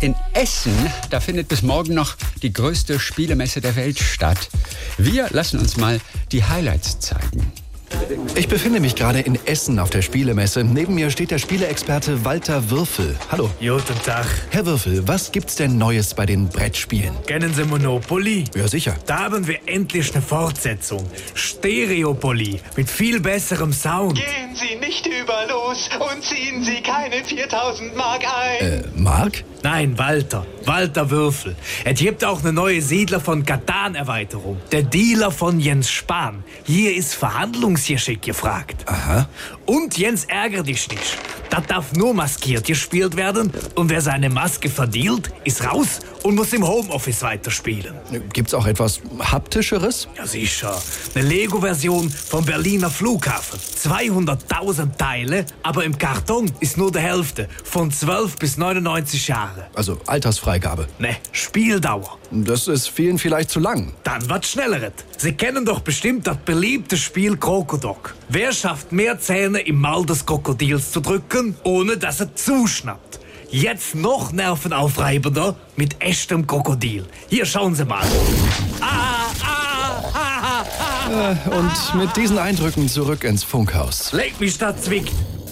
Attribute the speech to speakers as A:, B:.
A: in Essen. Da findet bis morgen noch die größte Spielemesse der Welt statt. Wir lassen uns mal die Highlights zeigen.
B: Ich befinde mich gerade in Essen auf der Spielemesse. Neben mir steht der Spieleexperte Walter Würfel. Hallo.
C: Guten Tag.
B: Herr Würfel, was gibt's denn Neues bei den Brettspielen?
C: Kennen Sie Monopoly?
B: Ja, sicher.
C: Da haben wir endlich eine Fortsetzung. Stereopoly mit viel besserem Sound.
D: Gehen Sie nicht über los und ziehen Sie keine 4000 Mark ein.
B: Äh, Mark?
C: Nein, Walter. Walter Würfel. Es gibt auch eine neue Siedler von Katan-Erweiterung. Der Dealer von Jens Spahn. Hier ist Verhandlungsgeschick gefragt.
B: Aha.
C: Und Jens ärger dich nicht. Das darf nur maskiert gespielt werden. Und wer seine Maske verdient, ist raus und muss im Homeoffice weiterspielen.
B: Gibt's auch etwas haptischeres?
C: Ja, sicher. Eine Lego-Version vom Berliner Flughafen. 200.000 Teile, aber im Karton ist nur die Hälfte. Von 12 bis 99 Jahre.
B: Also Altersfreigabe.
C: Ne, Spieldauer.
B: Das ist vielen vielleicht zu lang.
C: Dann was Schnelleres. Sie kennen doch bestimmt das beliebte Spiel Krokodok. Wer schafft mehr Zähne im Maul des Krokodils zu drücken, ohne dass er zuschnappt? Jetzt noch nervenaufreibender mit echtem Krokodil. Hier schauen Sie mal. Ah, ah, ah, ah, ah.
B: Und mit diesen Eindrücken zurück ins Funkhaus.
C: Leg mich da zwickt.